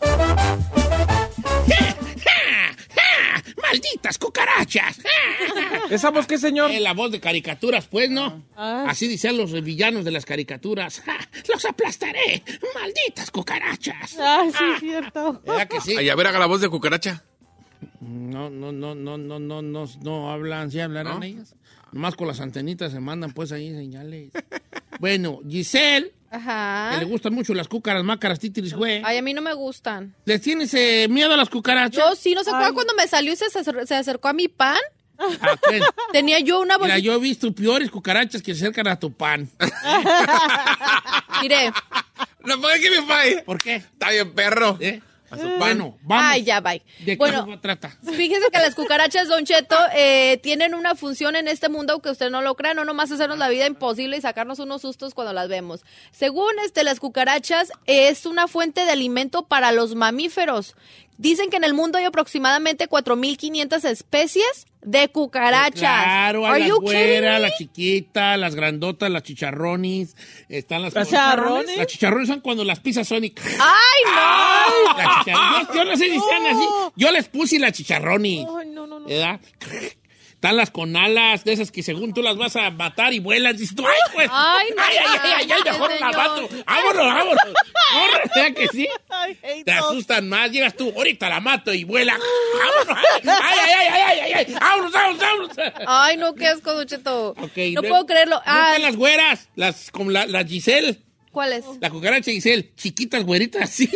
¡Malditas cucarachas! ¿Esa voz qué, señor? Eh, la voz de caricaturas, pues, ¿no? Ah. Así dicen los villanos de las caricaturas. ¡Ja! ¡Los aplastaré! ¡Malditas cucarachas! Ah, sí, es cierto. ¿Verdad que sí? Ay, a ver, haga la voz de cucaracha. No, no, no, no, no, no, no, no hablan, ¿sí hablarán ¿No? ellas? Nomás con las antenitas se mandan, pues, ahí señales. bueno, Giselle, que Ajá. Ah. le gustan mucho las cúcaras, mácaras, títiris, güey. Ay, a mí no me gustan. ¿Les tienes eh, miedo a las cucarachas? Yo sí, ¿no se acuerda cuando me salió y se, acer- se acercó a mi pan? ¿A qué? Tenía yo una Mira, bolsita. yo he visto peores cucarachas que se acercan a tu pan. Mire, No pagué que me pague. ¿Por qué? Está bien, perro. ¿Eh? Bueno, vamos. ay, ya, bye. ¿De Bueno, qué se trata? Fíjese que las cucarachas, Don Cheto, eh, tienen una función en este mundo que usted no lo crea, no nomás hacernos la vida imposible y sacarnos unos sustos cuando las vemos. Según este, las cucarachas es una fuente de alimento para los mamíferos. Dicen que en el mundo hay aproximadamente 4.500 especies de cucarachas. Claro, a Are la you kidding güera, me? la chiquita, las grandotas, las chicharronis. Están las ¿Las chicharrones? Las chicharrones son cuando las pizzas son y... ¡Ay, no! Las chicharrones, Ah, yo no sé si sean así. Yo les puse las chicharronis. Ay, no, no, no. ¿Verdad? Están las con alas, de esas que según tú las vas a matar y vuelan. Dices tú, ¡ay, pues! Ay, no, ¡Ay, ay, ay, ay, ay, mejor señor. la mato! ¡Vámonos, vámonos! ¡Corre! ¿Verdad que sí? Ay, hey, Te no. asustan más, llegas tú, ahorita la mato y vuela. ¡Vámonos! ¡Ay, ay, ay, ay, ay, ay! ay! ¡Vámonos, vámonos, vámonos! Ay, no, qué asco, Don Cheto. Ok, no luego- puedo creerlo. Ah, Nunca las güeras, las como la, la Giselle, ¿Cuál es? la cucaracha Giselle, chiquitas güeritas así.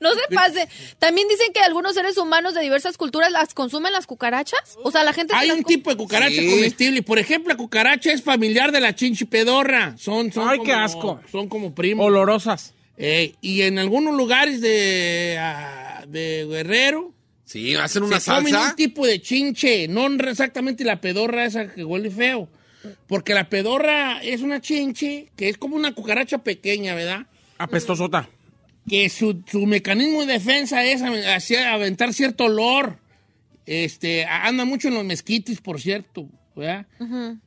No se pase. También dicen que algunos seres humanos de diversas culturas las consumen las cucarachas. O sea, la gente. se Hay las un com- tipo de cucaracha Sí. comestible. Por ejemplo, la cucaracha es familiar de la chinchipedorra. Son, son Ay, como, qué asco. Son como primos. Olorosas. Eh, y en algunos lugares de, ah, de Guerrero Sí, hacen una se comen salsa. un tipo de chinche, no exactamente la pedorra esa que huele feo. Porque la pedorra es una chinche que es como una cucaracha pequeña, ¿verdad? Apestosota. que su, su mecanismo de defensa es a- hacia- aventar cierto olor. Este, a- anda mucho en los mezquites, por cierto, ¿verdad?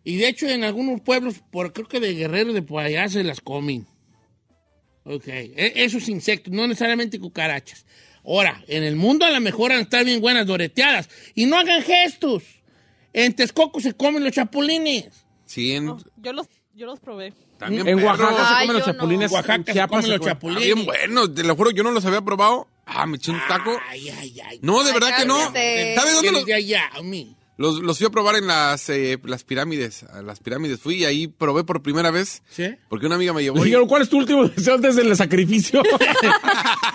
Y de hecho en algunos pueblos, por, creo que de Guerrero de por allá se las comen. Ok, e- esos insectos, no necesariamente cucarachas. Ahora, en el mundo a lo mejor han estar bien buenas doreteadas. Y no hagan gestos. En Texcoco se comen los chapulines. Sí, en, Yo los, yo los probé. también en perro. Oaxaca se Ay, comen los yo no. chapulines. En Oaxaca se comen los come. Está chapulines. bien bueno, te lo juro, yo no los había probado. Ah, me eché un taco. Ay, ay, ay. No, de verdad que no. cállate. ¿Sabes dónde los, Eres de allá, a mí. los, los fui a probar en las, eh, las pirámides? A las pirámides fui y ahí probé por primera vez. ¿Sí? Porque una amiga me llevó. y- Señor, ¿cuál es tu último deseo antes del sacrificio?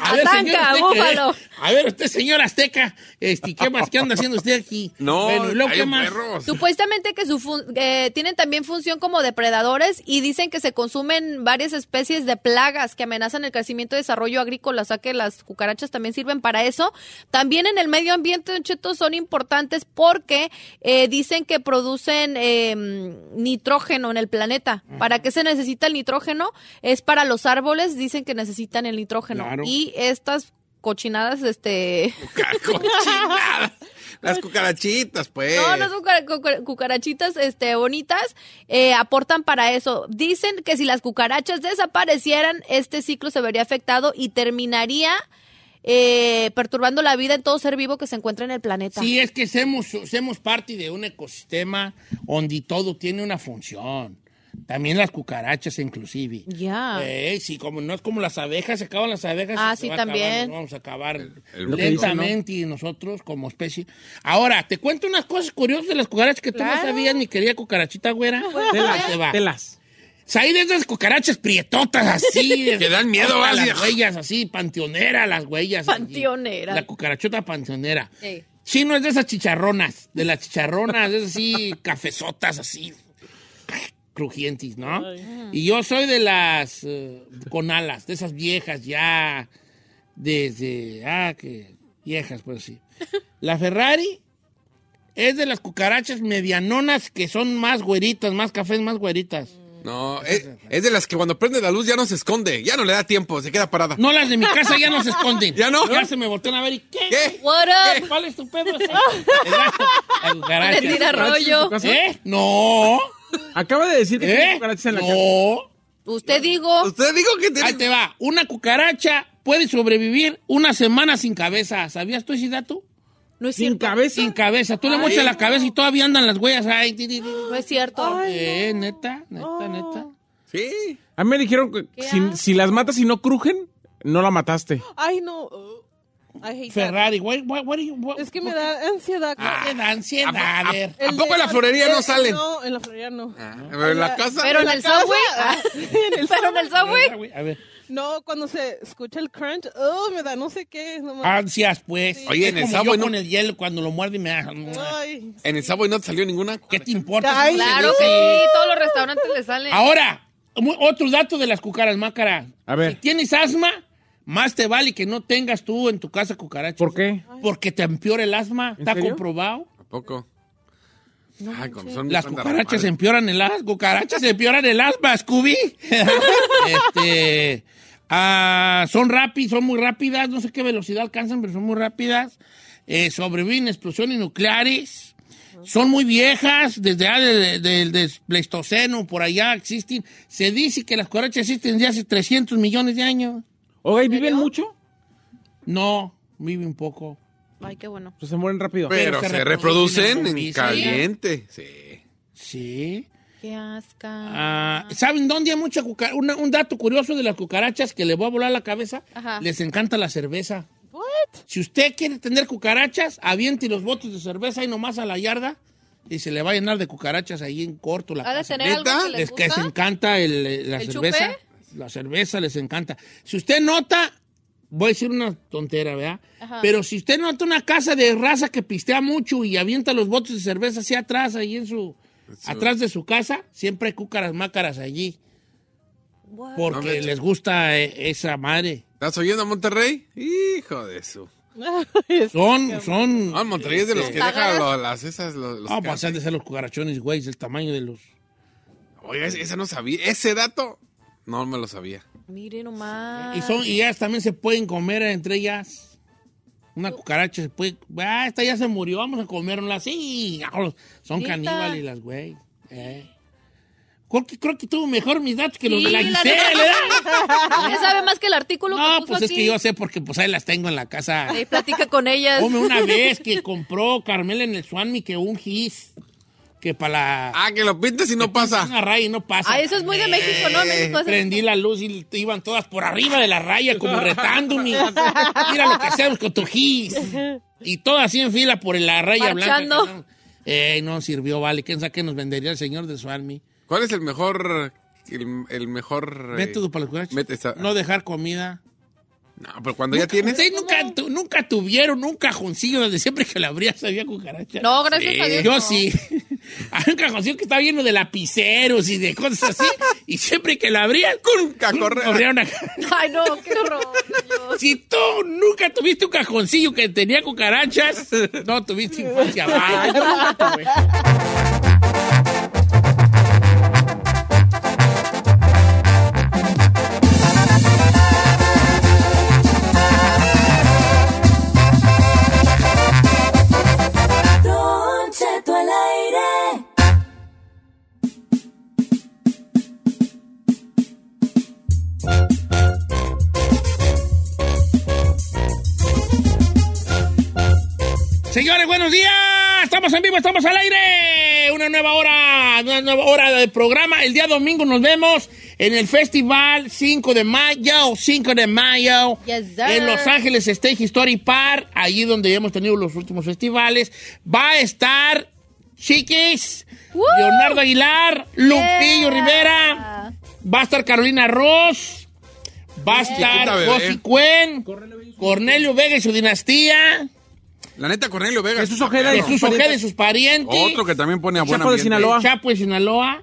A ver, señor Ataca, Azteca, búfalo. eh. A ver, usted, señor Azteca, este, ¿qué más? ¿Qué anda haciendo usted aquí? No, Bueno, ¿y luego hay qué un más? perros. Supuestamente que su fun- eh, tienen también función como depredadores y dicen que se consumen varias especies de plagas que amenazan el crecimiento y desarrollo agrícola, o sea que las cucarachas también sirven para eso. También en el medio ambiente, Don Cheto, son importantes porque eh, dicen que producen eh, nitrógeno en el planeta. ¿Para qué se necesita el nitrógeno? Es para los árboles, dicen que necesitan el nitrógeno. Claro. Y estas cochinadas, este... Cochinadas. Las cucarachitas, pues. No, las cucar- cucar- cucarachitas este, bonitas eh, aportan para eso. Dicen que si las cucarachas desaparecieran, este ciclo se vería afectado y terminaría eh, perturbando la vida en todo ser vivo que se encuentra en el planeta. Sí, es que somos, somos parte de un ecosistema donde todo tiene una función. También las cucarachas, inclusive. Ya. Eh, sí, como no es como las abejas, se acaban las abejas. Ah, se sí, va a acabar, también. nos vamos a acabar el Lo que dicen, lentamente y nosotros como especie. Ahora, te cuento unas cosas curiosas de las cucarachas que tú no Claro. sabías, mi querida cucarachita güera. Ahí te va. Telas, telas. Hay de esas cucarachas prietotas así. Que dan miedo, Todas vale. Las huellas así, panteonera, las huellas. así. Panteonera. La cucarachota panteonera. Sí. Sí, no es de esas chicharronas, de las chicharronas, es así, cafezotas así, crujientes, ¿no? Y yo soy de las eh, con alas, de esas viejas ya, desde, ah, que viejas, pues sí. La Ferrari es de las cucarachas medianonas que son más güeritas, más cafés, más güeritas. No, es, es de las que cuando prende la luz ya no se esconde, ya no le da tiempo, se queda parada. No, las de mi casa ya no se esconden. ¿Ya no? Ya se me voltean a ver y ¿qué? ¿Qué? What up? ¿Cuál es tu pedo? La cucaracha. Le tira rollo. ¿Eh? No. Acaba de decir que tiene ¿Eh? cucarachas en la casa. no. Usted digo, Usted dijo que Ahí tiene... te va. Una cucaracha puede sobrevivir una semana sin cabeza. ¿Sabías tú ese dato? no es Sin cierto. cabeza. Sin cabeza. Tú le mochas la cabeza y todavía andan las huellas ahí. Ti, ti, ti. No es cierto. Eh, neta, neta, neta. Sí. A mí me dijeron que si, si las matas y no crujen, no la mataste. Ay, no. Uh, I hate that. Ferrari, what, what, what are you- what- Es que me da ansiedad. Ah, te da ansiedad, a, ver. El ¿A poco de- en la florería no salen? Ah, No, en la florería no. Ah, En la casa. Pero en el subway. ah. en el Pero en el subway. A ver. No, cuando se escucha el crunch, oh, me da no sé qué. No, Ah, más. Ansias, pues. Oye, Es en el como Subway yo no- con el hielo cuando lo muerde me da... Ay, En el Savoy no te salió ninguna. ¿Qué te importa? Ay, Claro que sí, todos los restaurantes le salen. Ahora, mu- otro dato de las cucaras, mácara. A ver. Si tienes asma, más te vale que no tengas tú en tu casa cucarachas. ¿Por qué? Porque te empeora el asma. Está serio? comprobado. Tampoco. Ay, con son Las tanta cucarachas madre. empeoran el asma. Cucarachas empeoran el asma, Scooby. este, ah, son rápidas, son muy rápidas. No sé qué velocidad alcanzan, pero son muy rápidas. Eh, sobreviven a explosiones nucleares. Son muy viejas, desde ah, de- de- del del Pleistoceno, por allá existen. Se dice que las cucarachas existen desde hace 300 millones de años. Oye, ¿viven mucho? No, vive un poco. Ay, qué bueno. Pues se mueren rápido. Pero Pero se se reproducen reproducen en en caliente. Sí. Sí. Qué asca. Ah, ¿Saben dónde hay mucha cucaracha? un dato curioso de las cucarachas que le voy a volar la cabeza. Ajá. Les encanta la cerveza. what? Si usted quiere tener cucarachas, aviente los botes de cerveza y nomás a la yarda y se le va a llenar de cucarachas ahí en corto la ¿Ha de casa. tener algo ¿Neta? que les Es que les gusta? encanta el, eh, la ¿El cerveza. La cerveza les encanta. Si usted nota, voy a decir una tontera, ¿verdad? Pero si usted nota una casa de raza que pistea mucho y avienta los botes de cerveza hacia atrás, ahí en su. atrás de su casa, siempre hay cúcaras mácaras allí. No Porque me- les gusta eh, esa madre. ¿Estás oyendo a Monterrey? Hijo de su. Es- Son, son. Ah, Monterrey es de los que deja lo- las esas. lo- Los, Ah, ca- pues han de ser los cucarachones, güey, del tamaño de los. Oiga, ese- esa no sabía. Ese dato no me lo sabía. Miren nomás. Y son, y ellas también se pueden comer entre ellas. Una cucaracha se puede. Ah, esta ya se murió, vamos a comerla así. Son Neta. caníbales las güey. Eh. Creo que, creo que tuvo mejor mis datos que los Sí, de la la Giselle, neta. ¿verdad? ¿Usted sabe más que el artículo que No, puso pues es aquí? que yo sé porque pues ahí las tengo en la casa. Ahí platica con ellas. Hombre, una vez que compró Carmela en el Swanmi que un gis que para la Ah, que lo pintes y no pasa. una raya y no pasa. Eh, Ah, eso es muy de México, ¿no? México hace- Prendí la luz y iban todas por arriba de la raya como retándome. Mira lo que hacemos con tu gis. Y todas así en fila por la raya Marchando. blanca. Eh, no sirvió, vale. ¿Quién sabe qué nos vendería el señor de Swanmi? ¿Cuál es el mejor. El, el mejor. eh, Método para los cucarachas. mete esa- No dejar comida. No, pero cuando ya tienes. Ustedes nunca, tu- nunca tuvieron un cajoncillo desde siempre que la abría sabía cucaracha. No, gracias a Dios. Yo no. sí. Hay un cajoncillo que estaba lleno de lapiceros y de cosas así. y siempre que la abrían, Nunca corre- corría una... Ay, no, qué horror. Dios. Si tú nunca tuviste un cajoncillo que tenía cucarachas, no tuviste infancia. Bye. Señores, buenos días. Estamos en vivo, estamos al aire. Una nueva hora, una nueva hora de programa. El día domingo nos vemos en el Festival 5 de Mayo, 5 de Mayo, Yes, sir. en Los Ángeles State History Park, allí donde hemos tenido los últimos festivales. Va a estar Chiquis, Woo. Leonardo Aguilar, Lupillo Yeah. Rivera, va a estar Carolina Ross, va a Chiquita estar bebé. Josie Cuen, Cornelio Vega y su dinastía. La neta, Cornelio Vega. Jesús está Ojeda y perro. Jesús Sus parientes. Ojeda y sus parientes. Otro que también pone a El buen Chapo de ambiente. Sinaloa. El Chapo de Sinaloa.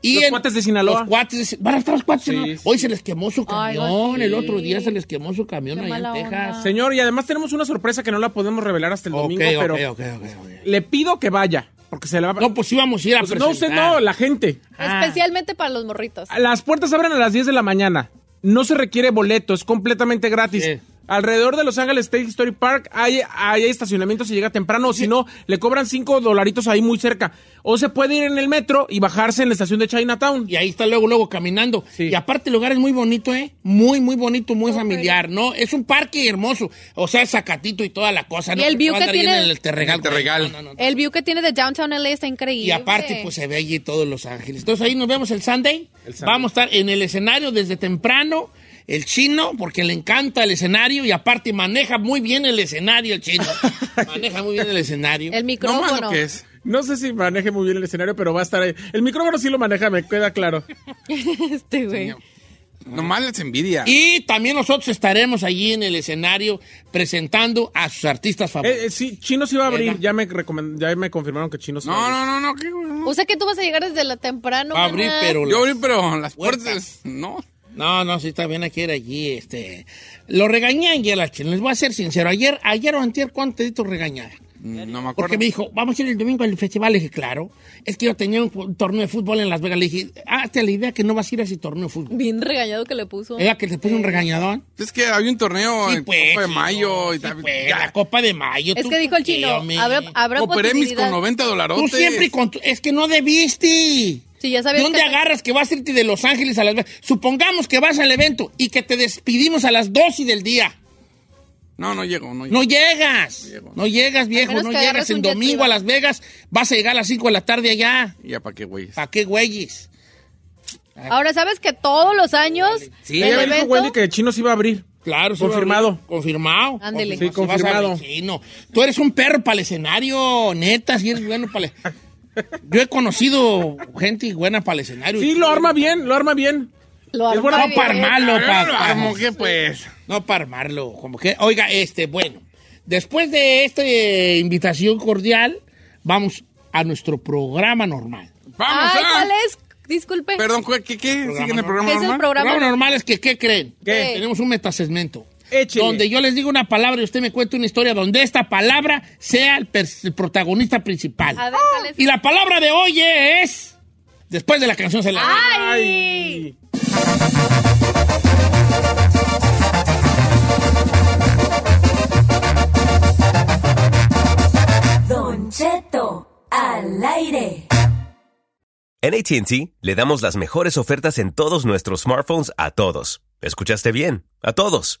Y Los cuates de Sinaloa. Los cuates de- van a estar los cuates de Sí, Sinaloa. sí. Hoy se les quemó su Ay, camión. sí. El otro día se les quemó su camión Qué allá en mala Texas. Señor, y además tenemos una sorpresa que no la podemos revelar hasta el Ok, domingo, pero ok, ok, ok, ok. le pido que vaya, porque se la va... No, pues íbamos a ir a Pues, no, usted presentar. no, la gente. Ah. Especialmente para los morritos. Las puertas abren a las 10 de la mañana. No se requiere boleto, es completamente gratis. Sí. Alrededor de Los Ángeles State History Park hay, hay estacionamiento si llega temprano, o si no, le cobran 5 dolaritos ahí muy cerca. O se puede ir en el metro y bajarse en la estación de Chinatown. Y ahí está luego, luego caminando. Sí. Y aparte el lugar es muy bonito, ¿eh? Muy, muy bonito, muy familiar, ¿no? Es un parque hermoso. O sea, Zacatito y toda la cosa. Y ¿no? el Porque view va a que andar ahí tiene- En el terregal. El Terregal. No, no, no. El view que tiene de Downtown LA está increíble. Y aparte, pues se ve allí todos Los Ángeles. Entonces ahí nos vemos el Sunday. Vamos a estar en el escenario desde temprano. El chino, porque le encanta el escenario y aparte maneja muy bien el escenario el chino. maneja muy bien el escenario. El No micrófono. más lo que es. No sé si maneje muy bien el escenario, pero va a estar ahí. El micrófono sí lo maneja, me queda claro. Este, güey. Nomás les envidia. Y también nosotros estaremos allí en el escenario presentando a sus artistas favoritos. Eh, eh, sí, Chino sí va a abrir, Venga. ya me, recomend- ya me confirmaron que Chino sí va a No, abrir. no, no, no. qué güey, no. O sea que tú vas a llegar desde la temprano. Va a abrir, maná. pero... Yo abrí, pero las Puertas. puertas. No. No, no, sí, también aquí era allí, este... Lo regañé ayer al chino, les voy a ser sincero. Ayer, ayer o antier, ¿cuánto regañar? Mm, No me acuerdo. Porque me dijo, vamos a ir el domingo al festival. Le dije, claro. Es que yo tenía un, cu- un torneo de fútbol en Las Vegas. Le dije, "Ah, hazte la idea que no vas a ir a ese torneo de fútbol. Bien regañado que le puso. Era que te puse un regañadón. Es que había un torneo Sí, en pues. Copa de sí, Mayo. sí, y tal. pues, Ya, la Copa de Mayo. Es tú- que dijo el ¿qué, chino, hombre? habrá, habrá Operé mis con oportunidad. 90 Tú dolarotes. siempre con tu- Es que no debiste. Sí, ya sabías ¿Dónde que- agarras que vas a irte de Los Ángeles a Las Vegas? Supongamos que vas al evento y que te despedimos a las 12 del día. No, no llego, no llego. No llegas. Llego. No llegas, viejo. menos No que agarres llegas en un jet domingo a privado. Las Vegas. Vas a llegar a las 5 de la tarde allá. Ya, ¿para qué, güey? ¿Para qué güeyes? Ahora sabes que todos los años. Sí, ya me dijo Wendy que Chino sí va a abrir. Claro, sí, Confirmado. va a abrir. Confirmado. Ándele. Confirmado, Sí, se va a confirmado. saber, sí, no. Tú eres un perro para el escenario, neta, sí eres bueno para el... Yo he conocido gente buena para el escenario. Sí, lo arma bien, lo arma bien. Lo Es armó bueno, Ah, bien. No para armarlo, pa- Pero, pa- ¿cómo que, pues? No para armarlo, como que... Oiga, este, bueno, después de esta eh, invitación cordial, vamos a nuestro programa normal. Vamos, Ay, ah. ¿cuál es? Disculpe. Perdón, ¿qué, qué, qué? Programa ¿Siguen normal. el programa ¿Qué es el normal? programa? programa normal es que, ¿qué creen? ¿Qué? Tenemos un metasegmento. Échele. Donde yo les digo una palabra y usted me cuenta una historia donde esta palabra sea el, pers- el protagonista principal. A ver, ¿cuál es? Y la palabra de hoy es. Después de la canción se la. ¡Ay! Don Cheto, al aire. En ATT le damos las mejores ofertas en todos nuestros smartphones a todos. ¿Escuchaste bien? A todos.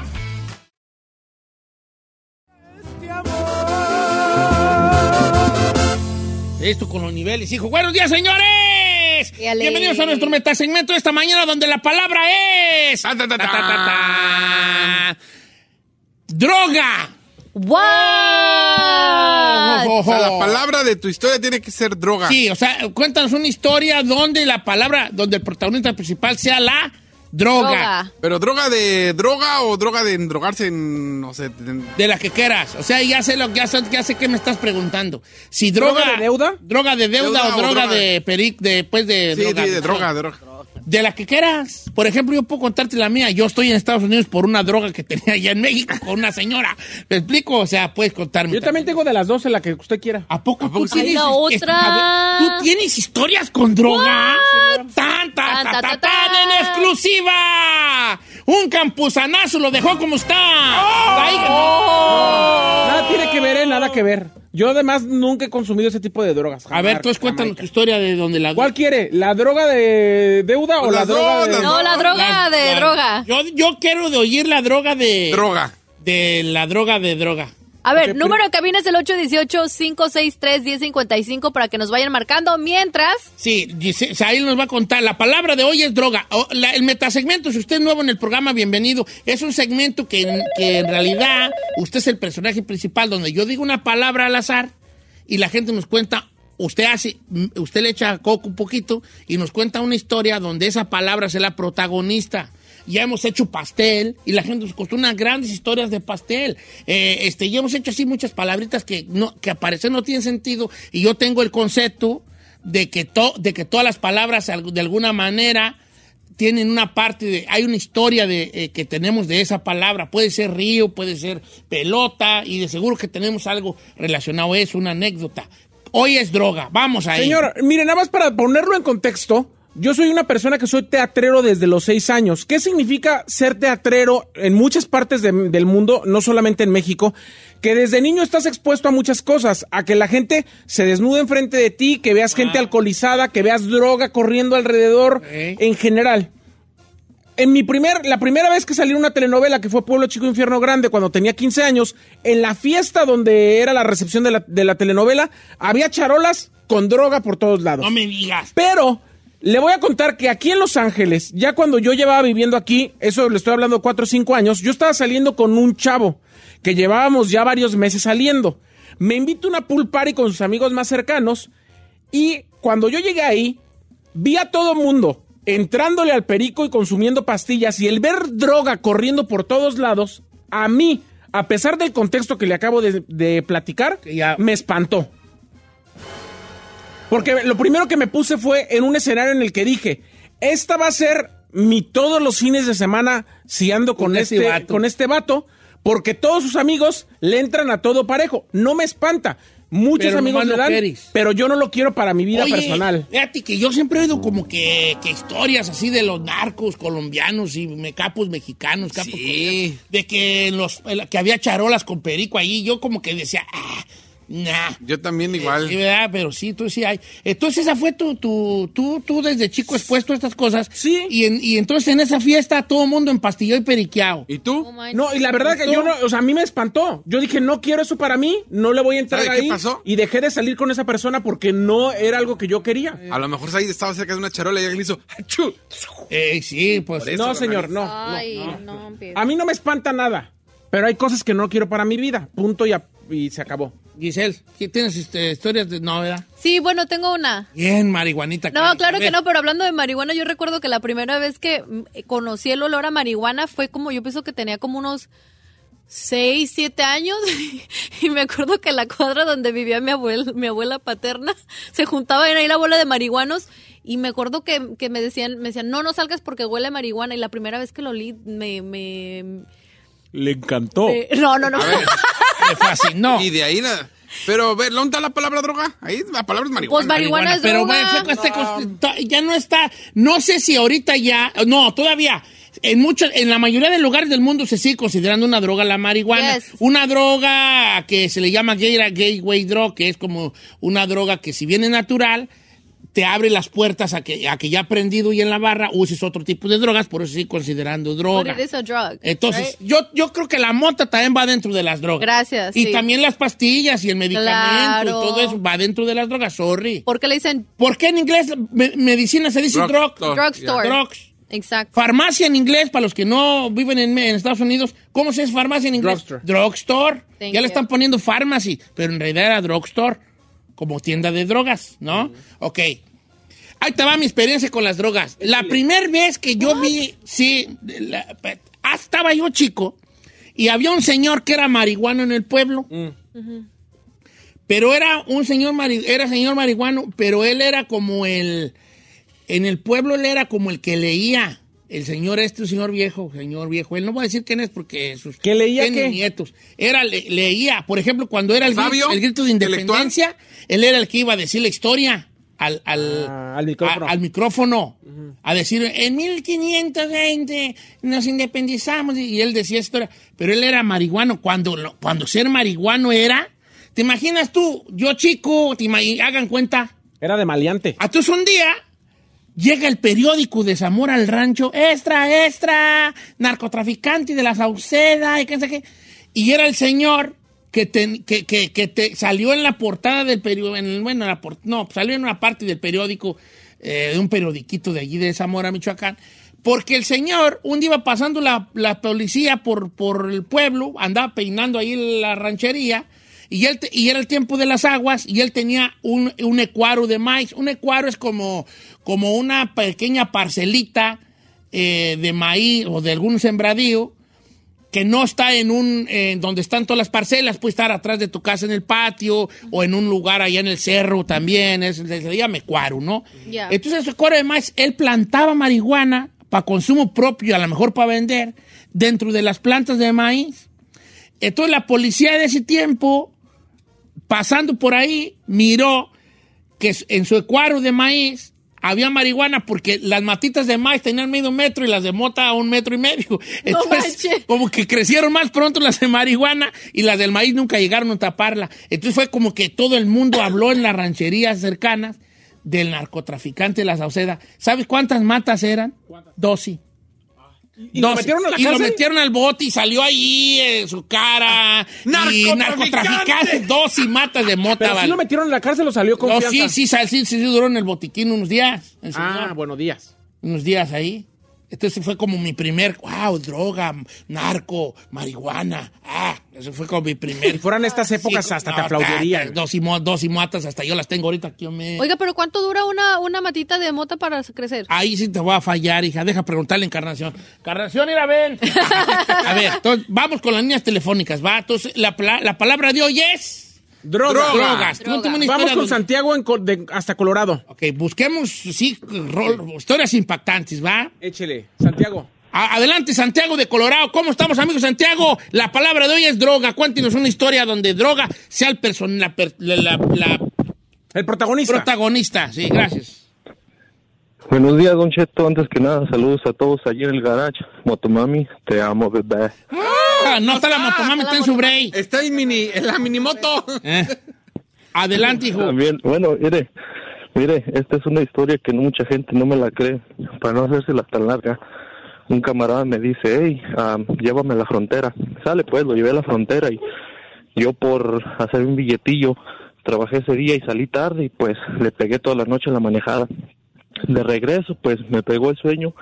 Esto con los niveles, hijo. ¡Buenos días, señores! Y ale. Bienvenidos a nuestro metasegmento de esta mañana donde la palabra es... Ta, ta, Ta, ta, ta, ta, ta. ¡Droga! ¡Wow! droga. Ojo, O sea, la Oh. palabra de tu historia tiene que ser droga. Sí, o sea, cuéntanos una historia donde la palabra, donde el protagonista principal sea la droga. Droga. Pero droga de droga o droga de endrogarse en, no sé, en- De la que quieras. O sea, ya sé lo que ya sé, ya sé qué me estás preguntando. Si droga. ¿Droga de deuda? Droga de deuda, Deuda o, o droga droga de peric, de, pues de sí, droga. sí, de droga, de droga. De la que quieras. Por ejemplo, yo puedo contarte la mía. Yo estoy en Estados Unidos por una droga que tenía allá en México con una señora. ¿Me explico? O sea, puedes contarme. Yo también tengo de las dos en la que usted quiera. ¿A poco, poco tú sí? tienes Ay, la his- otra. a ver, ¿Tú tienes historias con droga? ¡Tan, tan, tan, Tan, ta, tan, ta, tan, ta. en exclusiva! ¡Un campuzanazo lo dejó como está! Ahí- Oh. Nada tiene que ver, eh, nada que ver. Yo además nunca he consumido ese tipo de drogas. A ver, jamás, entonces cuéntanos tu jamaica. historia de donde la... ¿Cuál quiere? ¿La droga de deuda o Pues la las droga dos, de... las No, la droga La- de la- droga. Yo, yo quiero de oír la droga de... Droga. De la droga de droga. A ver, número de cabina es el 818-563-1055 para que nos vayan marcando. Mientras, Sí, dice, Saíl nos va a contar. La palabra de hoy es droga. O, la- el metasegmento, si usted es nuevo en el programa, bienvenido. Es un segmento que, en- que en realidad usted es el personaje principal, donde yo digo una palabra al azar y la gente nos cuenta, usted hace, mm, usted le echa coco un poquito y nos cuenta una historia donde esa palabra es la protagonista. Ya hemos hecho pastel y la gente nos contó unas grandes historias de pastel. Eh, este, ya hemos hecho así muchas palabritas que, no, que aparecer no tienen sentido y yo tengo el concepto de que, to- de que todas las palabras al- de alguna manera tienen una parte de, hay una historia de, eh, que tenemos de esa palabra, puede ser río, puede ser pelota y de seguro que tenemos algo relacionado a eso, una anécdota. Hoy es droga, vamos a Señor, mire, nada más para ponerlo en contexto, yo soy una persona que soy teatrero desde los seis años. ¿Qué significa ser teatrero en muchas partes de- del mundo, no solamente en México? Que desde niño estás expuesto a muchas cosas, a que la gente se desnude enfrente de ti, que veas gente alcoholizada, que veas droga corriendo alrededor, Ah. Ok. en general. En mi primer, la primera vez que salí en una telenovela que fue Pueblo Chico Infierno Grande, cuando tenía 15 años, en la fiesta donde era la recepción de la, de la telenovela, había charolas con droga por todos lados. No me digas. Pero le voy a contar que aquí en Los Ángeles, ya cuando yo llevaba viviendo aquí, eso le estoy hablando cuatro o cinco años, yo estaba saliendo con un chavo que llevábamos ya varios meses saliendo. Me invito a una pool party con sus amigos más cercanos y cuando yo llegué ahí, vi a todo mundo entrándole al perico y consumiendo pastillas y el ver droga corriendo por todos lados, a mí, a pesar del contexto que le acabo de, de platicar, Que ya- me espantó. Porque lo primero que me puse fue en un escenario en el que dije, esta va a ser mi todos los fines de semana si ando con, Con ese este, vato. con este vato, porque todos sus amigos le entran a todo parejo. No me espanta. Muchos Pero amigos nomás le lo dan, quieres. pero yo no lo quiero para mi vida Oye, personal. Fíjate que yo siempre he oído como que, que historias así de los narcos colombianos y me- capos mexicanos, capos colombianos, de que en los que había charolas con perico ahí, yo como que decía, ah, nah. Yo también igual. Eh, Sí, ¿verdad? Pero sí, tú sí hay. Entonces, esa fue tu, tu, tú, tú desde chico expuesto a estas cosas. Sí. Y, en- y entonces en esa fiesta todo el mundo empastilló y periqueado. ¿Y tú? No, y la verdad que yo no, o sea, a mí me espantó. Yo dije, no quiero eso para mí, no le voy a entrar ¿Sabe qué ahí. pasó? Y dejé de salir con esa persona porque no era algo que yo quería. A lo mejor Said estaba cerca de una charola y él hizo ¡achú! Eh, sí, pues. Por eso. No, señor, no. no. Ay, no, empieza. A mí no me espanta nada, pero hay cosas que no quiero para mi vida. Punto y, a- y se acabó. Giselle, ¿qué ¿tienes este, historias de no, verdad? Sí, bueno, tengo una. Bien, marihuanita. No, claro A que ver. no, pero hablando de marihuana, yo recuerdo que la primera vez que mm, eh, conocí el olor a marihuana fue como, yo pienso que tenía como unos 6, 7 años y me acuerdo que en la cuadra donde vivía mi abuela, mi abuela paterna, se juntaba en ahí la bola de marihuanos y me acuerdo que, que me decían, me decían, no, no salgas porque huele a marihuana y la primera vez que lo olí me... me, Le encantó. me- no, no, no. Me fascinó. Y de ahí la... Pero, ver, ¿dónde está la palabra droga? Ahí la palabra es marihuana. Pues marihuana es pero droga. bueno, fue- este- to- ya no está. No sé si ahorita ya. No, todavía. En muchos, en la mayoría de lugares del mundo se sigue considerando una droga la marihuana. Yes. Una droga que se le llama gay, gateway drug, que es como una droga que si bien es natural, te abre las puertas a que, a que ya prendido y en la barra uses otro tipo de drogas, por eso sigue considerando But droga. it is a drug, Entonces, right? yo, yo creo que la mota también va dentro de las drogas. Gracias, Y sí. también las pastillas y el medicamento y Claro. todo eso va dentro de las drogas, sorry. ¿Por qué le dicen ¿Por qué en inglés me- medicina se dice drug? Drugstore. Drugstore. Drugs. Exacto. Farmacia en inglés, para los que no viven en, en Estados Unidos, ¿cómo se dice farmacia en inglés? Drugstore. Drugstore. Thank ya you. le están poniendo pharmacy, pero en realidad era drugstore, como tienda de drogas, ¿no? Ok. Ahí te va mi experiencia con las drogas. La primera vez que yo vi, sí, la- ah, estaba yo chico y había un señor que era marihuano en el pueblo. Pero era un señor, mari- era señor marihuano, pero él era como el, en el pueblo él era como el que leía. El señor este, un señor viejo, señor viejo. Él no voy a decir quién es porque sus ¿Que leía tiene qué? nietos. Era, le- leía, por ejemplo, cuando era el, grito- ¿Sabio? el grito de ¿Intelectual? independencia, él era el que iba a decir la historia al, al, Ah, al micrófono. a- al micrófono. A decir, en 1520 nos independizamos. Y él decía esa historia. Pero él era marihuano. Cuando, lo- cuando ser marihuano era, ¿te imaginas tú? Yo chico, te ima- hagan cuenta. Era de maleante. A Entonces un día llega el periódico de Zamora al rancho, extra, extra, narcotraficante de la Sauceda y qué sé qué. Y era el señor que, te- que, que- que te salió en la portada del periódico, bueno, en la por- no, salió en una parte del periódico, eh, de un periodiquito de allí de Zamora, Michoacán. Porque el señor, un día iba pasando la, la policía por, por el pueblo, andaba peinando ahí la ranchería, y, él te- y era el tiempo de las aguas y él tenía un, un ecuaro de maíz. Un ecuaro es como, como una pequeña parcelita eh, de maíz o de algún sembradío que no está en un en donde están todas las parcelas, puede estar atrás de tu casa en el patio o en un lugar allá en el cerro también, es, se le llama ecuaro, ¿no? Ya. Entonces ese ecuaro de maíz, él plantaba marihuana para consumo propio, a lo mejor para vender, dentro de las plantas de maíz. Entonces la policía de ese tiempo, pasando por ahí, miró que en su ecuaro de maíz había marihuana porque las matitas de maíz tenían medio metro y las de mota a un metro y medio. Entonces, manches. como que crecieron más pronto las de marihuana y las del maíz nunca llegaron a taparla. Entonces fue como que todo el mundo habló en las rancherías cercanas del narcotraficante de la Sauceda. ¿Sabes cuántas matas eran? Doce. Ah, ¿Y lo Doce. metieron a la Y lo cárcel? metieron al bote y salió ahí eh, su cara. Y ¡Narcotraficante! narcotraficante, dos y matas de mota. Pero sí vale. lo metieron en la cárcel o salió No, confianza. sí, sí, sal- sí, sí, sí, duró en el botiquín unos días. el Ah, señor, buenos días. Unos días ahí. Entonces fue como mi primer, wow, droga, narco, marihuana. Ah, eso fue como mi primer. Si fueran estas eh, épocas, Sí, hasta no, te aplaudirían. Dos y, mo- dos y matas, hasta yo las tengo ahorita aquí. hombre. Oiga, pero ¿cuánto dura una, una matita de mota para crecer? Ahí sí te voy a fallar, hija. Deja preguntarle a Encarnación. Encarnación, mira, ven. a ver, entonces, vamos con las líneas telefónicas, va. Entonces, la, pla- la palabra de hoy es... Droga. Drogas. Tú no tienes una Vamos historia con de- Santiago en co- de- hasta Colorado. Ok, busquemos, sí, rol- historias impactantes, ¿va? Échele, Santiago. A- Adelante, Santiago de Colorado. ¿Cómo estamos, amigos Santiago? La palabra de hoy es droga. Cuéntenos una historia donde droga sea el person la, per- la- la- la El protagonista. protagonista. Sí, gracias. Buenos días, Don Cheto. Antes que nada, saludos a todos allí en el garage. Motomami, te amo, bebé. Ah, no está la motomami, está en su break. Está en mini, en la minimoto. Eh. Adelante, hijo. También, bueno, mire, mire, esta es una historia que no- mucha gente no me la cree. Para no hacérsela tan larga, un camarada me dice, hey, am, llévame a la frontera. Sale, pues, lo llevé a la frontera y yo por hacer un billetillo trabajé ese día y salí tarde y pues le pegué toda la noche en la manejada. De regreso, pues me pegó el sueño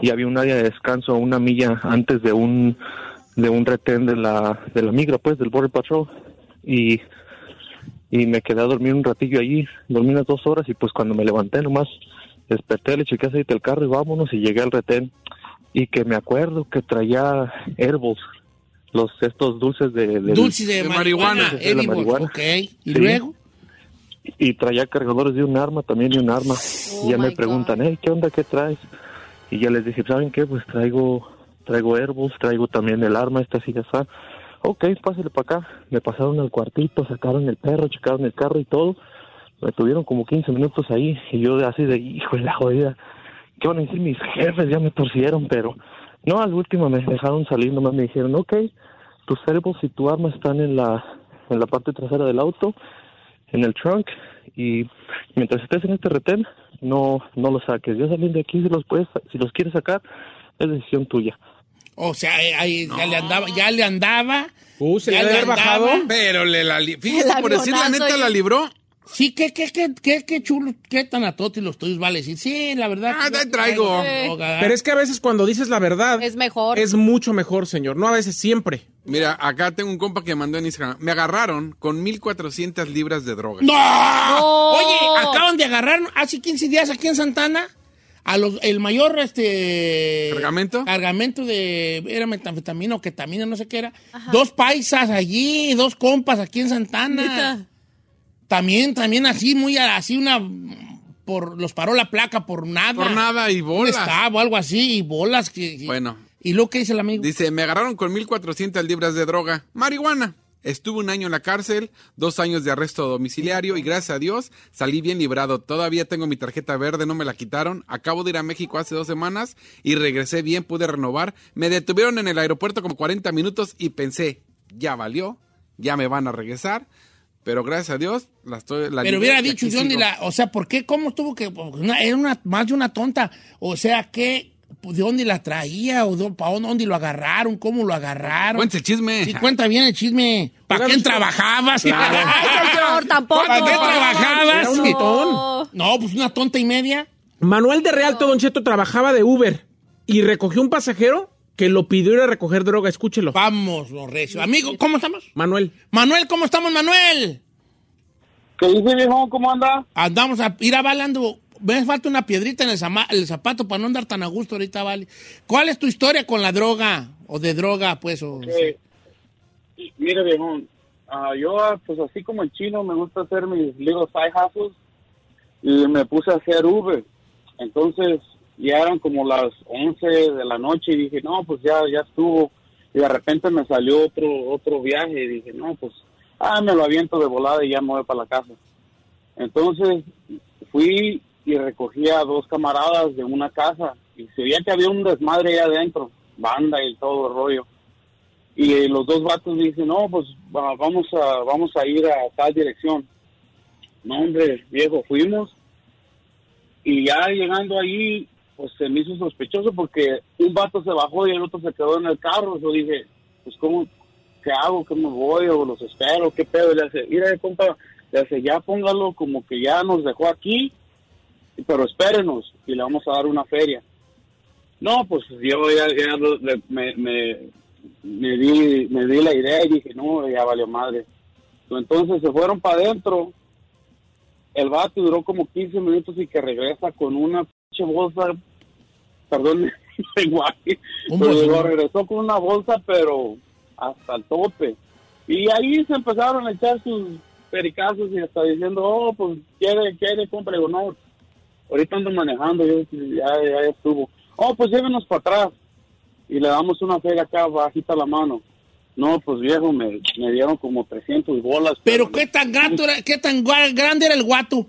y había un área de descanso a una milla antes de un de un retén de la de la migra, pues, del Border Patrol y y me quedé a dormir un ratillo allí, dormí unas dos horas y pues cuando me levanté nomás desperté, le chequé aceite el carro y vámonos y llegué al retén y que me acuerdo que traía herbos, los estos dulces de, del- Dulce de, de marihuana. marihuana. De la edible. marihuana. Ah, Ok. ¿Y Sí. luego? y traía cargadores de un arma también y un arma. Oh y ya me my preguntan, hey, ¿qué onda? ¿Qué traes? Y ya les dije, ¿saben qué? Pues traigo traigo herbos, traigo también el arma, esta sí ya está. Ok, pásale para acá. Me pasaron al cuartito, sacaron el perro, checaron el carro y todo. Me tuvieron como 15 minutos ahí y yo así de, hijo de la jodida. ¿Qué van a decir mis jefes? Ya me torcieron, pero... No, al último me dejaron salir, nomás me dijeron, ok, tus herbos y tu arma están en la, en la parte trasera del auto en el trunk y mientras estés en este retén no no lo saques yo saliendo de aquí si los puedes si los quieres sacar es decisión tuya O sea, eh, ahí ya le andaba. Ya le andaba. Uh, se le ha de haber andaba. bajado. Pero le la li- Fíjese, El por decir la avionazo neta, y- la libró. Sí, qué, qué, qué, qué, qué chulo, qué tan atote los tuyos, vale. Sí, sí, la verdad. Ah, que te no traigo. droga. Pero es que a veces cuando dices la Ah, verdad, Es mejor. es mucho mejor, señor. No a veces, siempre. Mira, acá tengo un compa que mandó en Instagram. Me agarraron con 1400 libras de droga. ¡No! No. Oye, acaban de agarrar hace 15 días aquí en Santana a los, el mayor este ¿Cargamento? cargamento de era metanfetamina o ketamina, no sé qué era. Dos paisas allí, dos compas aquí en Santana. Neta. También también así muy a- así una por los paró la placa por nada. Por nada y Un bolas. estabo, algo así y bolas que y- Bueno. ¿Y lo que dice el amigo? Dice, me agarraron con 1400 libras de droga. Marihuana. Estuve un año en la cárcel, dos años de arresto domiciliario y gracias a Dios salí bien librado. Todavía tengo mi tarjeta verde, no me la quitaron. Acabo de ir a México hace dos semanas y regresé bien, pude renovar. Me detuvieron en el aeropuerto como 40 minutos y pensé, ya valió, ya me van a regresar. Pero gracias a Dios, la estoy... La Pero libré hubiera y dicho aquí yo, ni sigo. la, o sea, ¿por qué? ¿Cómo estuvo que pues, una- era una, más de una tonta? O sea, ¿qué? pues, ¿De dónde la traía? ¿O de, pa' dónde, dónde lo agarraron? ¿Cómo lo agarraron? Cuéntese el chisme. Sí, cuenta bien el chisme. ¿Para quién trabajabas? Ay, señor, tampoco. ¿Para qué Era trabajabas? un Sí. montón. No, pues una tonta y media. Manuel de Realto, Don Cheto, trabajaba de Uber y recogió un pasajero que lo pidió ir a recoger droga. Escúchelo. Vamos, los recio. Amigo, ¿cómo estamos? Manuel. Manuel, ¿cómo estamos, Manuel? ¿Qué dice, viejo? ¿Cómo anda? Andamos a ir avalando. Me falta una piedrita en el, zama- el zapato para no andar tan a gusto ahorita, vale. ¿Cuál es tu historia con la droga? O de droga, pues. O, Eh, mire, viejo, ah, yo, ah, pues así como en chino, me gusta hacer mis little side hustles y me puse a hacer Uber. Entonces, ya eran como las 11 de la noche y dije, no, pues ya, ya estuvo. Y de repente me salió otro, otro viaje y dije, no, pues, ah, me lo aviento de volada y ya me voy para la casa. Entonces, fui y recogí a dos camaradas de una casa y se veía que había un desmadre allá adentro, banda y todo el rollo y eh, los dos vatos dicen, no, pues va- vamos a vamos a ir a tal dirección. No, hombre, viejo, fuimos y ya llegando allí, pues se me hizo sospechoso porque un vato se bajó y el otro se quedó en el carro. Yo dije, pues cómo, ¿qué hago? ¿Cómo voy? ¿O los espero? ¿Qué pedo? Le hace, mira, compa, le hace, ya póngalo como que ya nos dejó aquí, pero espérenos y le vamos a dar una feria. No, pues yo ya, ya lo- le- me, me, me di, me di la idea y dije, no, ya valió madre. Entonces se fueron para adentro. El vato duró como 15 minutos y que regresa con una pinche bolsa, perdón, lenguaje, Un pero bolsón. lo regresó con una bolsa, pero hasta el tope. Y ahí se empezaron a echar sus pericazos y hasta diciendo, oh, pues quiere, quiere, compra. Digo, no, ahorita ando manejando, yo, ya, ya estuvo. Oh, pues llévenos para atrás y le damos una feria acá bajita la mano. No, pues viejo, me, me dieron como 300 bolas. Pero qué tan gato era, qué tan gua- grande era el guato.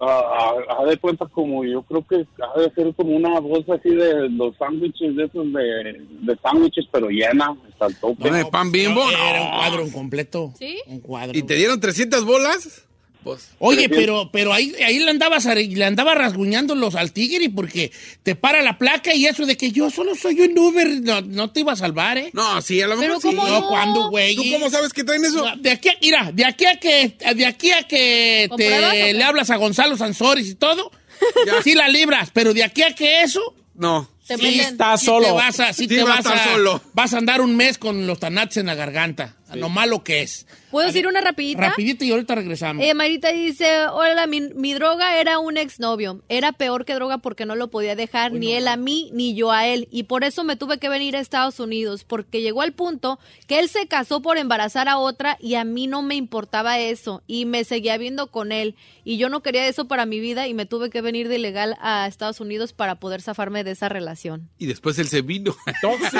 Ah, ah, haz de cuenta como yo creo que ha de ser como una bolsa así de los sándwiches de esos de, de sándwiches, pero llena hasta el tope. ¿Una de pan bimbo? Era un No. cuadro en completo. ¿Sí? Un cuadro. ¿Y te dieron 300 bolas? Pues... Oye, pero, pero ahí, ahí le andabas are- le andabas rasguñando los al tigre porque te para la placa y eso de que yo solo soy un Uber no, no te iba a salvar, ¿eh? No, sí, a lo Pero mejor sí. ¿cómo No, no? cuando, güey. ¿Tú cómo sabes que traen eso? De aquí a, mira, de aquí a que, de aquí a que ¿Compruebas o te qué? le hablas a Gonzalo Sansores y todo, Ya. sí la libras, pero de aquí a que eso, No. Te sí, meten. está sí solo. te vas a, sí Sí te va a vas estar a- solo. vas a andar un mes con los tanates en la garganta, a lo malo que es. ¿Puedo decir una rapidita? Rapidito y ahorita regresamos. Eh, Marita dice, hola, mi, mi droga era un exnovio. Era peor que droga porque no lo podía dejar ni él a mí ni yo a él. Y por eso me tuve que venir a Estados Unidos, porque llegó al punto que él se casó por embarazar a otra y a mí no me importaba eso. Y me seguía viendo con él. Y yo no quería eso para mi vida y me tuve que venir de ilegal a Estados Unidos para poder zafarme de esa relación. Y después él se vino.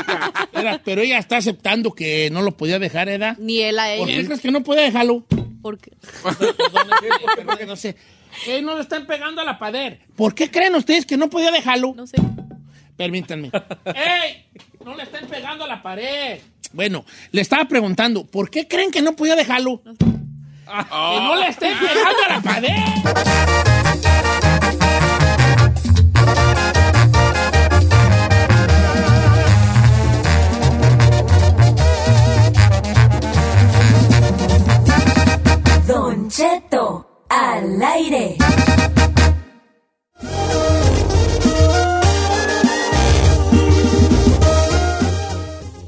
Era- pero ella está aceptando que no lo podía dejar, ¿edad? Ni él a ¿Por ella. qué crees que no puede dejarlo? Porque... Pues Perdón, perdón, no sé. Eh, no le están pegando a la pader. ¿Por qué creen ustedes que no podía dejarlo? No sé. Permítanme. ¡Ey! No le estén pegando a la pared. Bueno, le estaba preguntando, ¿por qué creen que no podía dejarlo? Ah. Que no le estén pegando a la pared. Don Cheto al al aire.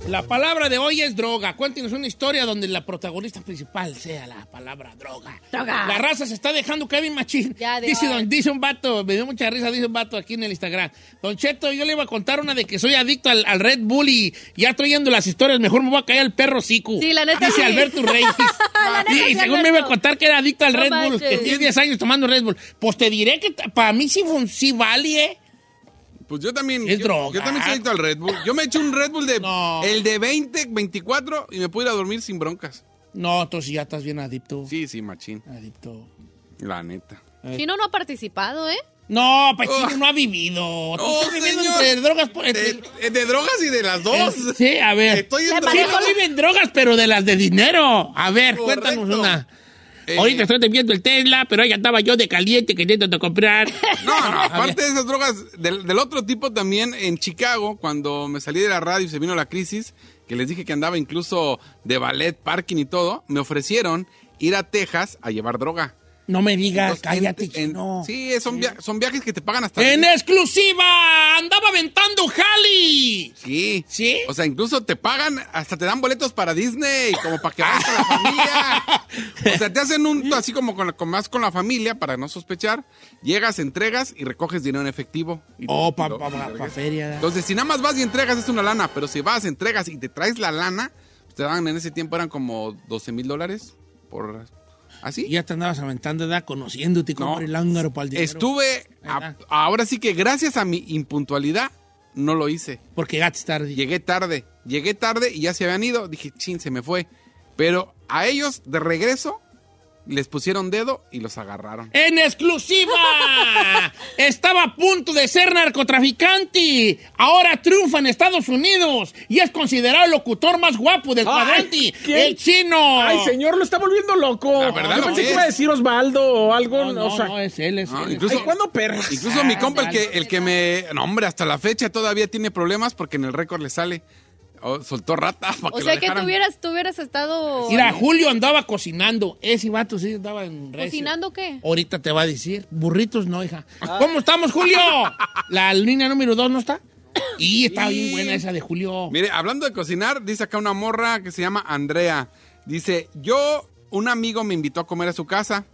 La palabra de hoy es droga. Cuéntenos una historia donde la protagonista principal sea la palabra droga. Droga. La raza se está dejando Kevin Machín. Ya, Dios. dice, don- dice un vato, me dio mucha risa, dice un vato aquí en el Instagram. Don Cheto, yo le iba a contar una de que soy adicto al, al Red Bull y ya estoy yendo las historias, mejor me voy a caer al perro Siku. Sí, la neta Dice sí. Alberto Reyes. La neta y, sí, y según me iba a Alberto. contar que era adicto al No Red Bull, que manches. tiene 10 años tomando Red Bull. Pues te diré que t- para mí sí, fun- sí vale, ¿eh? Pues yo también. Es yo, droga. Yo también soy adicto al Red Bull. Yo me echo un Red Bull de. No. El de 20, 24 y me puedo ir a dormir sin broncas. No, entonces ya estás bien adicto. Sí, sí, machín. Adicto. La neta. Chino no ha participado, ¿eh? No, pues Oh. Chino no ha vivido. Tú Oh, estás viviendo señor. entre drogas. por- entre- De, eh, de drogas y de las dos. eh, sí, a ver. Estoy en Le drogas. Chino vive en drogas, pero de las de dinero. A ver, Correcto. cuéntanos una. Eh, Ahorita estoy debiendo el Tesla, pero ahí andaba yo de caliente queriendo comprar. No, no, A ver. aparte de esas drogas, del, del otro tipo también en Chicago, cuando me salí de la radio y se vino la crisis, que les dije que andaba incluso de ballet, parking y todo, me ofrecieron ir a Texas a llevar droga. No me digas, Entonces, en- cállate, en- Chino. Sí, son, via- son viajes que te pagan hasta... En exclusiva, andaba aventando Jali. Sí. ¿Sí? O sea, incluso te pagan, hasta te dan boletos para Disney, como para que vayas con la familia. O sea, te hacen un, así como con, con más con la familia, para no sospechar. Llegas, entregas y recoges dinero en efectivo. Y- Oh, y pa, lo- pa, y pa, regresas. pa feria. Entonces, si nada más vas y entregas es una lana, pero si vas, entregas y te traes la lana, pues te dan en ese tiempo eran como 12 mil dólares por... Y ¿Así? ya te andabas aventando, ¿verdad? Conociéndote, No. como el ángaro para el dinero. Estuve... a- Ajá. ahora sí que gracias a mi impuntualidad, no lo hice. Porque llegaste tarde. Llegué tarde, llegué tarde y ya se habían ido. Dije, chin, se me fue. Pero a ellos, de regreso, les pusieron dedo y los agarraron. ¡En exclusiva! Estaba a punto de ser narcotraficante. Ahora triunfa en Estados Unidos y es considerado el locutor más guapo del Ay, cuadrante. ¿quién? ¡El chino! Ay, señor, lo está volviendo loco. La verdad Yo lo pensé es. que iba a decir Osvaldo o algo. No, no, o sea, no, es él, es No, él. incluso- ay, ¿cuándo perras? Incluso Ah, mi compa, el que, el que me. No, hombre, hasta la fecha todavía tiene problemas porque en el récord le sale. Oh, soltó rata. Para O que sea lo que tú dejaran. hubieras, tú hubieras estado Mira, Julio andaba cocinando. Ese vato sí andaba en recio. cocinando, ¿qué? Ahorita te va a decir. Burritos no, hija. Ah. ¿Cómo estamos, Julio? La línea número dos no está. Y está bien Y- buena esa de Julio. Mire, hablando de cocinar, dice acá una morra que se llama Andrea. Dice, yo, un amigo me invitó a comer a su casa.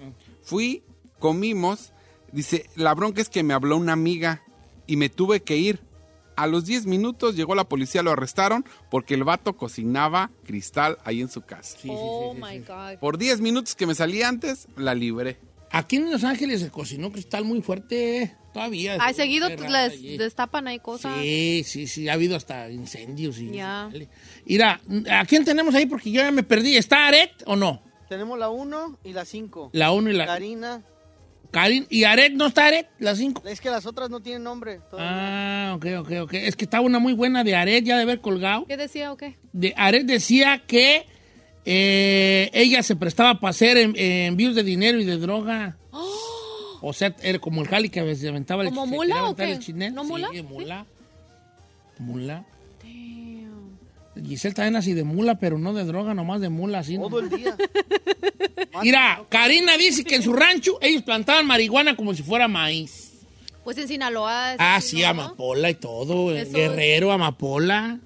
Fui, comimos. Dice, la bronca es que me habló una amiga y me tuve que ir. A los 10 minutos llegó la policía, lo arrestaron porque el vato cocinaba cristal ahí en su casa. Sí, sí, sí, oh sí, my sí. God. Por 10 minutos que me salí antes, la libré. Aquí en Los Ángeles se cocinó cristal muy fuerte. Todavía. Ay, seguido Qué raza les allí. destapan ahí cosas. Sí, sí, sí, ha habido hasta incendios y... Ya. Mira, ¿a quién tenemos ahí? Porque yo ya me perdí. ¿Está Aret o no? Tenemos la 1 y la 5. La 1 y la... Karina. Karin. ¿Y Aret no está Aret? La 5. Es que las otras no tienen nombre. todavía. Ah, ok, ok, ok. Es que está una muy buena de Aret, ya de haber colgado. ¿Qué decía o qué? De, Aret decía que eh, ella se prestaba para hacer en- eh, envíos de dinero y de droga. O sea, era como el jali que se aventaba el ¿Como se mula quería o aventar qué? el chinel. ¿No Sí, mula? mula. Mula. Giselle también así de mula, pero no de droga, nomás de mula, así. Todo el día. Mira, Karina dice que en su rancho ellos plantaban marihuana como si fuera maíz. Pues en Sinaloa. es Ah, así, sí, ¿no? amapola y todo. Eso es. Guerrero, amapola.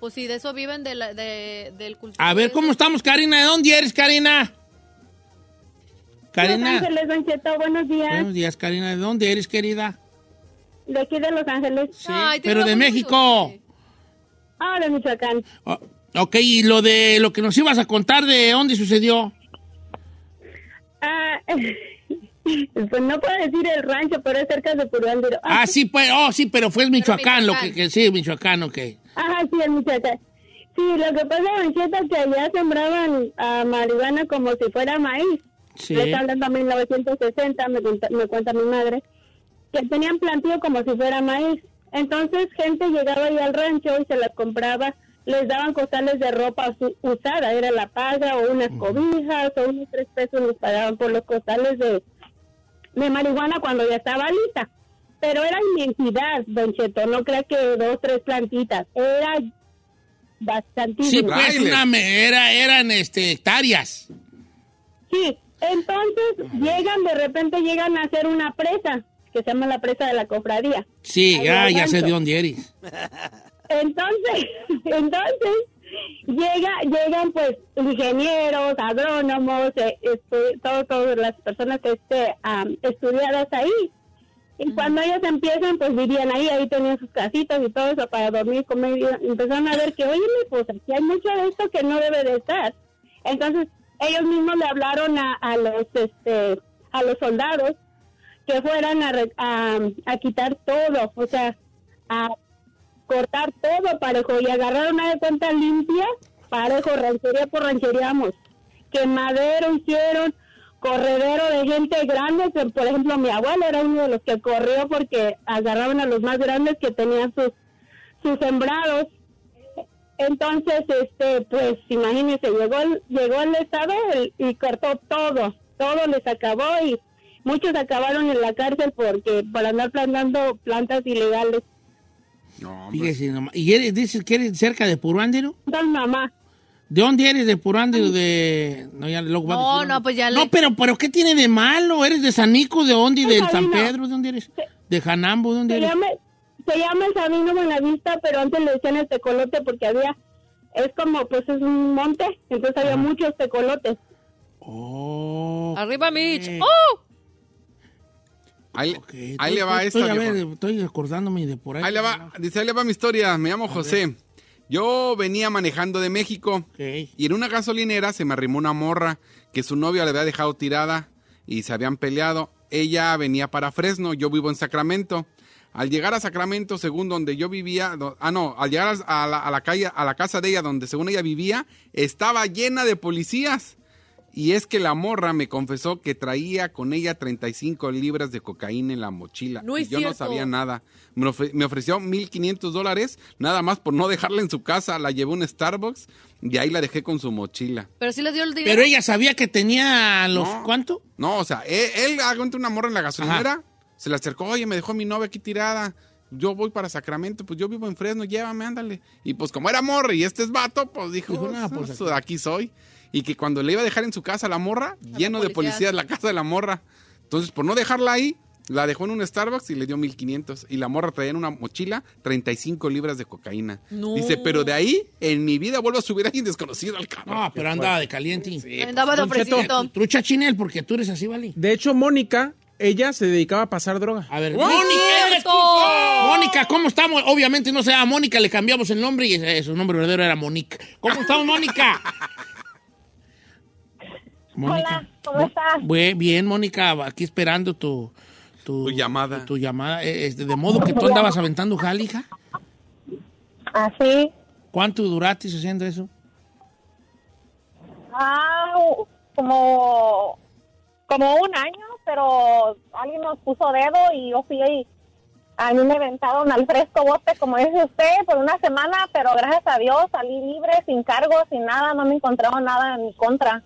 Pues sí, de eso viven de la- de- del cultivo. A ver, de- ¿cómo estamos, Karina? ¿De dónde eres, Karina? Los Karina. Ángeles, Don Cheto, buenos días. Buenos días, Karina. ¿De dónde eres, querida? De aquí de Los Ángeles. Sí, Ay, tiene pero una de voz muy México. dulce. Ah, de Michoacán. Oh, ok, y lo de lo que nos ibas a contar de dónde sucedió. Ah, pues no puedo decir el rancho, pero es cerca de Purándiro. Ah, sí, pues, oh, sí, pero fue en Michoacán, lo que, Michoacán. que- sí, Michoacán, ok. Ajá, sí, en Michoacán. Sí, lo que pasa, Don Cheto, es que allá sembraban ah, marihuana como si fuera maíz. Sí. Le está hablando a 1960, me cuenta, me cuenta mi madre, que tenían plantío como si fuera maíz. Entonces gente llegaba ahí al rancho y se las compraba, les daban costales de ropa su- usada, era la paga o unas cobijas o unos tres pesos les pagaban por los costales de, de marihuana cuando ya estaba lista. Pero era inmensidad, don Cheto, no creas que dos, tres plantitas, era bastante Sí, pues Braille. una, me- era, eran este, hectáreas. Sí, Entonces llegan, de repente llegan a hacer una presa, que se llama la presa de la cofradía. Sí, Ahí ya, en el ya sé rancho. de dónde eres. Entonces, entonces llega, llegan pues ingenieros, agrónomos, eh, este, todo- todas las personas que esté am, estudiadas ahí. Y cuando ellos empiezan, pues vivían ahí, ahí tenían sus casitas y todo eso para dormir, comer. y empezaron a ver que, oye, pues aquí hay mucho de esto que no debe de estar. Entonces, ellos mismos le hablaron a, a los, este, a los soldados que fueran a, re- a, a quitar todo, o sea, a cortar todo parejo y agarrar una de cuenta limpia, parejo, ranchería por rancheríamos. Quemadero hicieron, corredero de gente grande, que por ejemplo mi abuelo era uno de los que corrió porque agarraban a los más grandes que tenían sus, sus sembrados. Entonces, este, pues imagínense, llegó el, llegó el Isabel y cortó todo, todo les acabó y muchos acabaron en la cárcel porque por andar plantando plantas ilegales. Fíjese nomás. ¿Y eres, dices que eres cerca de Purándiro? mamá. ¿De dónde eres? ¿De Purándiro? De... No, ya luego va a No, decir- no, pues ya le... No, pero, pero ¿qué tiene de malo? ¿Eres de San Nico? ¿De dónde? ¿De San Sabino. Pedro? ¿De dónde eres? ¿De Janambo? ¿De dónde Pues, se eres? llama, se llama el Sabino Buenavista, pero antes le decían el tecolote porque había, es como, pues es un monte, entonces había muchos tecolotes. Arriba, Mitch. ¡Oh! Ahí, Estoy- ahí le va estoy, esta. a ver, viejo. estoy acordándome de por ahí. Ahí le va. Dice, ahí le va mi historia. Me llamo José. Yo venía manejando de México. Y en una gasolinera se me arrimó una morra que su novia le había dejado tirada y se habían peleado. Ella venía para Fresno, yo vivo en Sacramento. Al llegar a Sacramento, según donde yo vivía, do- ah no, al llegar a la, a la calle, a la casa de ella donde según ella vivía, estaba llena de policías. Y es que la morra me confesó que traía con ella 35 libras de cocaína en la mochila. No Y es yo no cierto. sabía nada. Me, ofre- me ofreció 1.500 dólares, nada más por no dejarla en su casa. La llevé a un Starbucks y ahí la dejé con su mochila. Pero sí le dio el dinero. Pero ella sabía que tenía los... ¿Cuánto? No, o sea, él, él aguanta una morra en la gasolinera, se le acercó, oye, me dejó mi novia aquí tirada. Yo voy para Sacramento, pues yo vivo en Fresno, llévame, ándale. Y pues como era morra y este es vato, pues dijo, "Ah, pues aquí soy. Y que cuando le iba a dejar en su casa la morra, lleno de policías. policías la casa de la morra. Entonces, por no dejarla ahí, la dejó en un Starbucks y le dio 1500. Y la morra traía en una mochila 35 libras de cocaína. No. Dice, pero de ahí, en mi vida vuelvo a subir a alguien desconocido al cabrón. pues, No, pero andaba de caliente. Andaba de Eh, Don Cheto, ofrecito. Trucha chinel, porque tú eres así, ¿vale? De hecho, Mónica, ella se dedicaba a pasar droga. A ver, Mónica, eres tú. Mónica, ¿cómo estamos? Obviamente no se llama Mónica, le cambiamos el nombre y eh, su nombre verdadero era Mónica. ¿Cómo estamos, Mónica? Mónica. ¿Cómo estás? Bue- Bien, Mónica, aquí esperando tu, tu, llamada. Tu llamada. Eh, este, de modo que tú andabas aventando jalija. Ah, Así. ¿Cuánto duraste haciendo eso? Ah, como, como un año, pero alguien nos puso dedo y yo fui ahí. A mí me aventaron al fresco bote, como dice usted, por una semana, pero gracias a Dios salí libre, sin cargos, sin nada, no me encontraron nada en mi contra.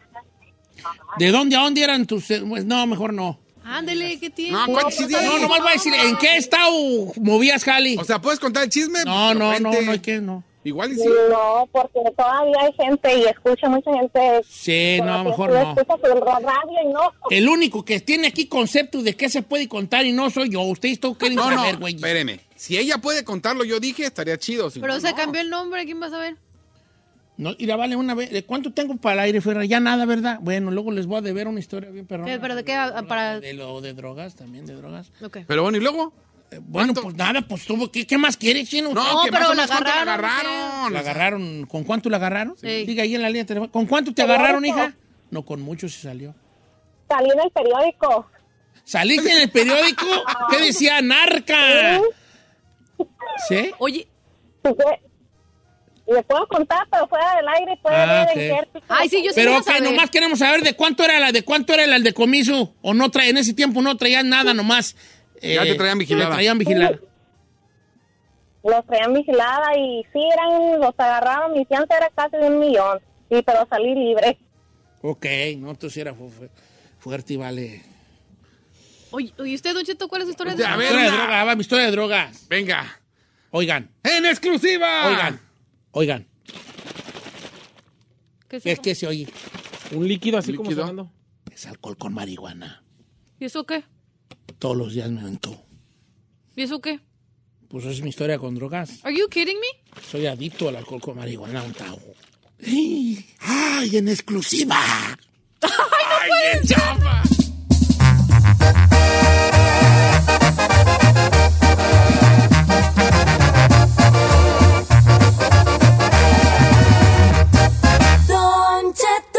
¿De dónde a dónde eran tus.? eh, pues, no, mejor no. Ándele, ¿qué tiene? No, ¿cuál sí, No, nomás voy a decir, ¿en qué estado movías Jali? O sea, ¿puedes contar el chisme? No, no, no, Vente. no hay que, no. Igual y sí. No, porque todavía hay gente y escucha mucha gente. Sí, con la no, que mejor tú no. Escuchas el radio y no. El único que tiene aquí concepto de qué se puede contar y no soy yo. Ustedes todos quieren No, saber, no, güey. espéreme. Si ella puede contarlo, yo dije, estaría chido. si Pero no, se no. cambió el nombre, ¿quién va a saber? No, mira, vale, una vez. ¿de ¿Cuánto tengo para el aire, Ferra? Ya nada, ¿verdad? Bueno, luego les voy a deber una historia bien perrona. ¿Qué, ¿Pero de qué? Ah, Para... De lo de drogas, también de drogas. Ok. Pero bueno, ¿y luego? Bueno, pues nada, pues tuvo. ¿Qué, qué más quieres, chino? No, No, que pero la más o menos cuánto la agarraron, agarraron. ¿La O sea, agarraron? ¿Con cuánto la agarraron? Sí. Diga ahí en la línea telefónica. ¿Con cuánto te agarraron, hija? No, con mucho se salió. Salí en el periódico. ¿Saliste en el periódico? ¿Qué decía? ¡Narca! ¿Sí? Oye, Fue- Le puedo contar, pero fuera del aire y puede Ah, ver ok. en qué. Ay, sí, yo sí Pero quiero ok, saber. nomás queremos saber de cuánto era la de cuánto era la el decomiso. O no traía, en ese tiempo no traían nada nomás. Ya te traían vigilada. te traían vigilada. Los traían vigilada y sí, eran, los agarraron. Mi fianza era casi de un millón. Sí, pero salí libre. Ok, no, entonces era fu- fu- fuerte y vale. oye, oye, usted, Don Cheto, ¿cuál es su historia? A ver, historia de una- droga, va, mi historia de drogas. Venga. Oigan, ¡En exclusiva! oigan, oigan. ¿Qué es Es eso? que se oye. Un líquido así como Líquido. sonando. Es alcohol con marihuana. ¿Y eso qué? Todos los días me aventó. ¿Y eso qué? Pues esa es mi historia con drogas. ¿Are you kidding me? Soy adicto al alcohol con marihuana, un tao. ¡Ay, en exclusiva! ¡Ay, en Java! Don Cheto.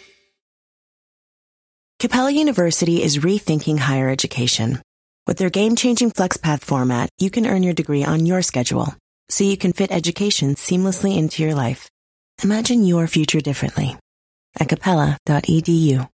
Capella University is rethinking higher education. With their game changing FlexPath format, you can earn your degree on your schedule, so you can fit education seamlessly into your life. Imagine your future differently at capella.edu.